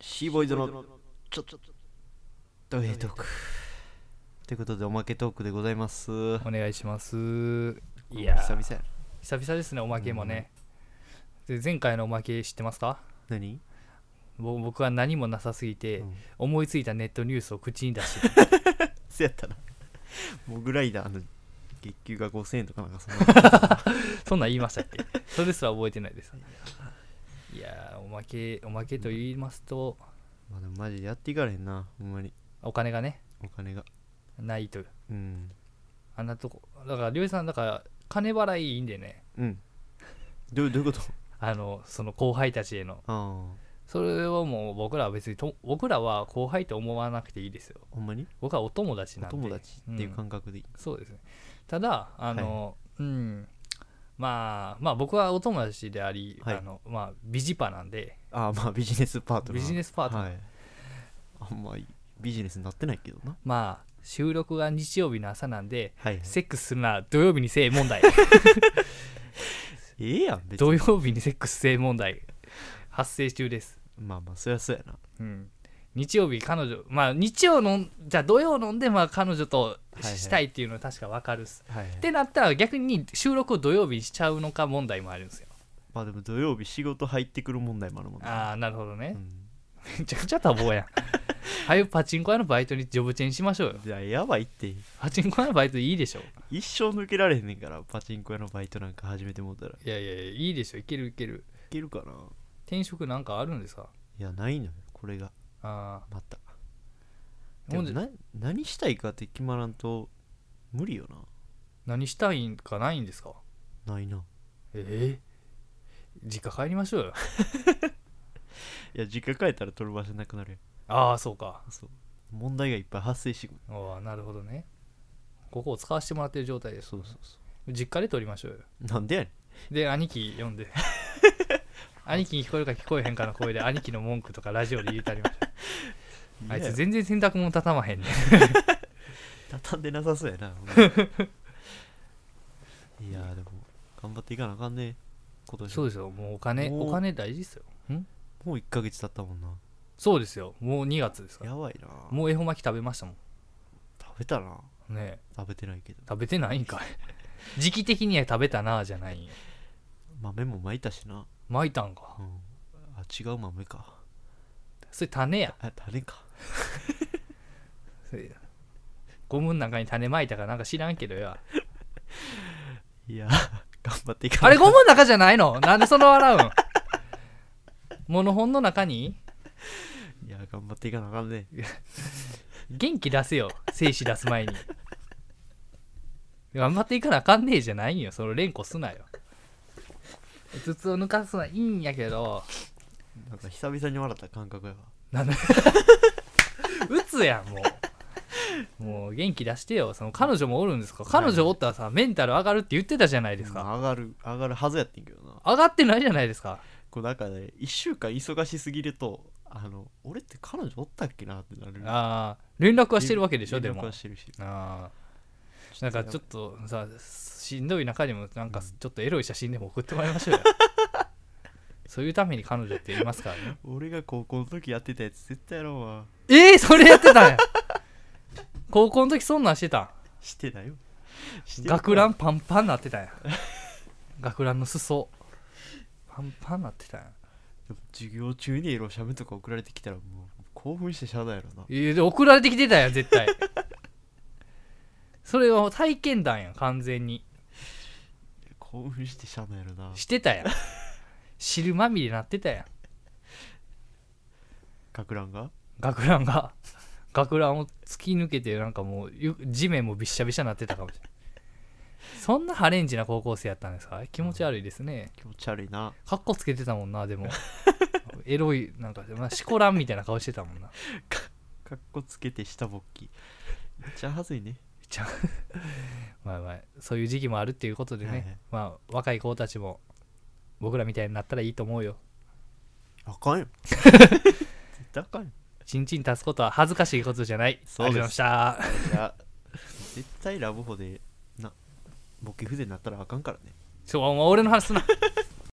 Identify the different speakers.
Speaker 1: シーボーイズのちょっとええトークということでおまけトークでございます
Speaker 2: お願いしますいや
Speaker 1: 久々
Speaker 2: ー
Speaker 1: や
Speaker 2: 久々ですねおまけもね、で前回のおまけ知ってますか
Speaker 1: 何
Speaker 2: ぼ僕は何もなさすぎて、
Speaker 1: うん
Speaker 2: 思いついたネットニュースを口に出して
Speaker 1: せやったな モグライダーの月給が5000円とかなんかそん な
Speaker 2: そんなん言いましたっ けそれすら覚えてないですいやーおまけおまけと言いますと
Speaker 1: まあでもマジでやっていかれへんなほんまに
Speaker 2: お金がね
Speaker 1: お金が
Speaker 2: ないという
Speaker 1: うん
Speaker 2: あんなとこだからりょうじさんだから金払いいいんでね
Speaker 1: うんどうどういうこと
Speaker 2: あのその後輩たちへの
Speaker 1: ああ
Speaker 2: それはもう僕らは別にと僕らは後輩と思わなくていいですよ
Speaker 1: ほんまに
Speaker 2: 僕はお友達
Speaker 1: お
Speaker 2: なんで
Speaker 1: 友達っていう感覚でいい、
Speaker 2: そうですねただあの、うんまあまあ僕はお友達であり、
Speaker 1: はい
Speaker 2: あのまあビジパなんで
Speaker 1: ああまあビジネスパートナー
Speaker 2: ビジネスパートナー
Speaker 1: はいあんまりビジネスになってないけどな
Speaker 2: まあ収録が日曜日の朝なんで
Speaker 1: はいはい
Speaker 2: セックスするなら土曜日にせえ 問題
Speaker 1: ええやん別
Speaker 2: 土
Speaker 1: に
Speaker 2: 曜日にセックスせえ問題発生中です、
Speaker 1: まあまあそりゃそうやな
Speaker 2: うん、日曜日彼女まあ日曜のじゃあ土曜飲んでまあ彼女と
Speaker 1: はいはい
Speaker 2: したいっていうのは確か分かるっす、
Speaker 1: はい
Speaker 2: ってなったら逆に収録を土曜日にしちゃうのか問題もあるんですよ
Speaker 1: まあでも土曜日仕事入ってくる問題もあるもんね
Speaker 2: ああなるほどね
Speaker 1: う、ん
Speaker 2: めちゃくちゃ多忙やん。ああいうパチンコ屋のバイトにジョブチェンしましょうよ。
Speaker 1: じゃあやばいって
Speaker 2: パチンコ屋のバイトいいでしょ。
Speaker 1: 一生抜けられへんねんからパチンコ屋のバイトなんか始めてもうたらい
Speaker 2: いやいやいや、いいでしょ。いけるいける。
Speaker 1: けるかな
Speaker 2: 転職なんかあるんですか
Speaker 1: いやないのよこれが
Speaker 2: あ
Speaker 1: また
Speaker 2: あ。ほん
Speaker 1: で
Speaker 2: で
Speaker 1: もな何したいかって決まらんと無理よ
Speaker 2: 何したいんかないんですか
Speaker 1: なないな
Speaker 2: ええ実家帰りましょうよ。
Speaker 1: いや実家帰ったら取る場所なくなるよ
Speaker 2: ああ、そうか。
Speaker 1: そう問題がいっぱい発生してくる
Speaker 2: ああ、なるほどね。ここを使わせてもらってる状態です。
Speaker 1: そうそうそ
Speaker 2: 実家で撮りましょうよ。
Speaker 1: うなんでやね
Speaker 2: で、兄貴呼ん で。兄貴に聞こえるか聞こえへんかの声で兄貴の文句とかラジオで言うたりましょうんあい
Speaker 1: 嫌
Speaker 2: つ
Speaker 1: や
Speaker 2: 全然洗濯物畳まへんね。
Speaker 1: 畳んでなさそうやな いやーでも頑張っていかなあかんね今年
Speaker 2: そうですよ、もうお金、
Speaker 1: もう
Speaker 2: お金大事ですよ。
Speaker 1: もう1ヶ月経ったもんな
Speaker 2: そうですよ、もう2月ですから。
Speaker 1: やばいな
Speaker 2: もう恵方巻き食べましたも。
Speaker 1: 食べたなん
Speaker 2: ねえ
Speaker 1: 食べてないけど
Speaker 2: 食べてないんかい。 時期的には食べたなあじゃないんよ。
Speaker 1: 豆も巻いたしな、
Speaker 2: 巻いたんか
Speaker 1: う。ん、あ違う豆か
Speaker 2: それ種や。
Speaker 1: あ種か
Speaker 2: それゴムの中に種巻いたかなんか知らんけどよ。
Speaker 1: いや ー頑張っていか
Speaker 2: あ
Speaker 1: な
Speaker 2: れゴムの中じゃないのなんでその笑うんモノホンの中に
Speaker 1: いやー頑張っていかなあかんね
Speaker 2: 元気出せよ、精子出す前に。頑張っていかなあかんねえじゃないんよ、その連呼すなよ。頭痛を抜かすのはいいんやけど、
Speaker 1: なんか久々に笑った感覚やわ
Speaker 2: なん だ打つやんもうもう元気出してよその彼女もおるんですか彼女おったらさメンタル上がるって言ってたじゃないですか、
Speaker 1: まあ上がる上がるはずやってんけどな
Speaker 2: 上がってないじゃないですか
Speaker 1: こうなんかね1週間忙しすぎるとあの俺って彼女おったっけなってなる
Speaker 2: ああ連絡はしてるわけでしょ
Speaker 1: 連
Speaker 2: で
Speaker 1: 絡
Speaker 2: も
Speaker 1: はしてるし
Speaker 2: ああなんかちょっ
Speaker 1: と
Speaker 2: とさしんどい中でもなんか
Speaker 1: うん
Speaker 2: ちょっとエロい写真でも送ってもらいましょう よそういうために彼女っていますからね
Speaker 1: 俺が高校の時やってたやつ絶対やろうわ
Speaker 2: えー、それやってたんや 高校の時そんなんしてたん
Speaker 1: してないよしてない
Speaker 2: 学ランパンパンなってたんや 学ランの裾パンパンなってたんや
Speaker 1: でも授業中にエロしゃべとか送られてきたらもう興奮してしゃあないやろない
Speaker 2: やで送られてきてたんやん絶対それは体験談やん完全に
Speaker 1: 興奮してしゃあないやろな
Speaker 2: してたやん汁まみれなってたやん
Speaker 1: 学ランが
Speaker 2: 学ランが学ランを突き抜けてなんかもうゆ地面もびっしゃびしゃなってたかもしれないそんなハレンチな高校生やったんですか気持ち悪いですね
Speaker 1: 気持ち悪いな
Speaker 2: かっこつけてたもんなでもエロいなんか、まあ、シコランみたいな顔してたもんな
Speaker 1: かっこつけて下ぼっきめっちゃはずいね
Speaker 2: まあまあそういう時期もあるっていうことでね、
Speaker 1: はいはい
Speaker 2: まあ若い子たちも僕らみたいになったらいいと思うよ
Speaker 1: あかんよ絶対あかんよ
Speaker 2: ちんちん立つことは恥ずかしいことじゃない
Speaker 1: そうです
Speaker 2: ありがとうございまし
Speaker 1: い
Speaker 2: た
Speaker 1: や絶対ラブホでなボケ不全になったらあかんからね
Speaker 2: ちょお前俺の話すな